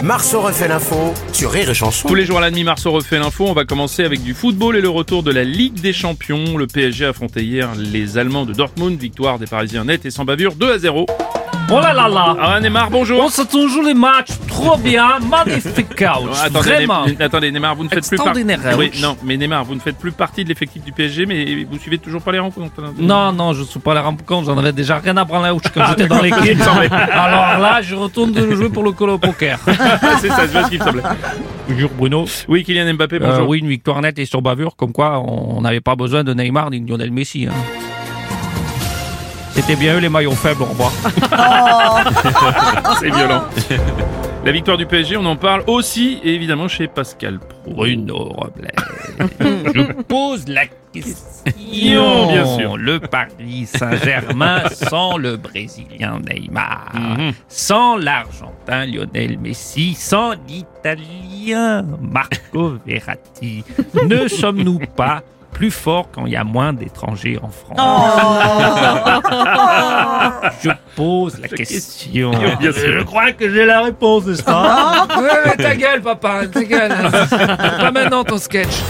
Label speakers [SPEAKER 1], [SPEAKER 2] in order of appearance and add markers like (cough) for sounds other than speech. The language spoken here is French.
[SPEAKER 1] Marceau refait l'info sur Rire et Chanson.
[SPEAKER 2] Tous les jours à la demi, Marceau refait l'info. On va commencer avec du football et le retour de la Ligue des Champions. Le PSG affrontait hier les Allemands de Dortmund. Victoire des Parisiens nets et sans bavure 2 à 0.
[SPEAKER 3] Oh là là là
[SPEAKER 2] Ah Neymar, bonjour.
[SPEAKER 3] On se toujours les matchs, trop bien, magnifique coach,
[SPEAKER 2] Ah, attendez,
[SPEAKER 3] vraiment.
[SPEAKER 2] Ne- attendez, Neymar, vous ne faites plus partie.
[SPEAKER 3] Extraordinaire,
[SPEAKER 2] Oui,
[SPEAKER 3] hein.
[SPEAKER 2] non, mais Neymar, vous ne faites plus partie de l'effectif du PSG, mais vous suivez toujours pas les rencontres. hein.
[SPEAKER 3] Non, non, je ne suis pas la rencontre, j'en avais déjà rien à prendre la houche quand j'étais dans l'équipe. Alors là, je retourne de jouer pour le colo poker.
[SPEAKER 2] (laughs) c'est ça, je vois ce qu'il me semblait.
[SPEAKER 3] Bonjour Bruno.
[SPEAKER 2] Oui, Kylian Mbappé, bonjour.
[SPEAKER 3] Euh, oui, une victoire nette et sur bavure, comme quoi on n'avait pas besoin de Neymar ni de Lionel Messi. hein. C'était bien eux les maillons faibles, au revoir.
[SPEAKER 2] C'est violent. (laughs) La victoire du PSG, on en parle aussi, évidemment, chez Pascal Pro.
[SPEAKER 3] Bruno
[SPEAKER 2] (laughs)
[SPEAKER 3] Robles. Je pose la question.
[SPEAKER 2] Bien sûr.
[SPEAKER 3] Le Paris Saint-Germain sans le Brésilien Neymar,
[SPEAKER 2] Mhm.
[SPEAKER 3] sans l'Argentin Lionel Messi, sans l'Italien Marco
[SPEAKER 2] (laughs)
[SPEAKER 3] Verratti. ne sommes-nous pas plus forts quand il y a moins d'étrangers en France (laughs) Je pose la question.
[SPEAKER 2] Oh. bien sûr.
[SPEAKER 3] Je crois que j'ai la réponse, n'est-ce
[SPEAKER 2] (laughs)
[SPEAKER 3] hein. pas Ta gueule, papa, ta gueule. pas maintenant ton sketch.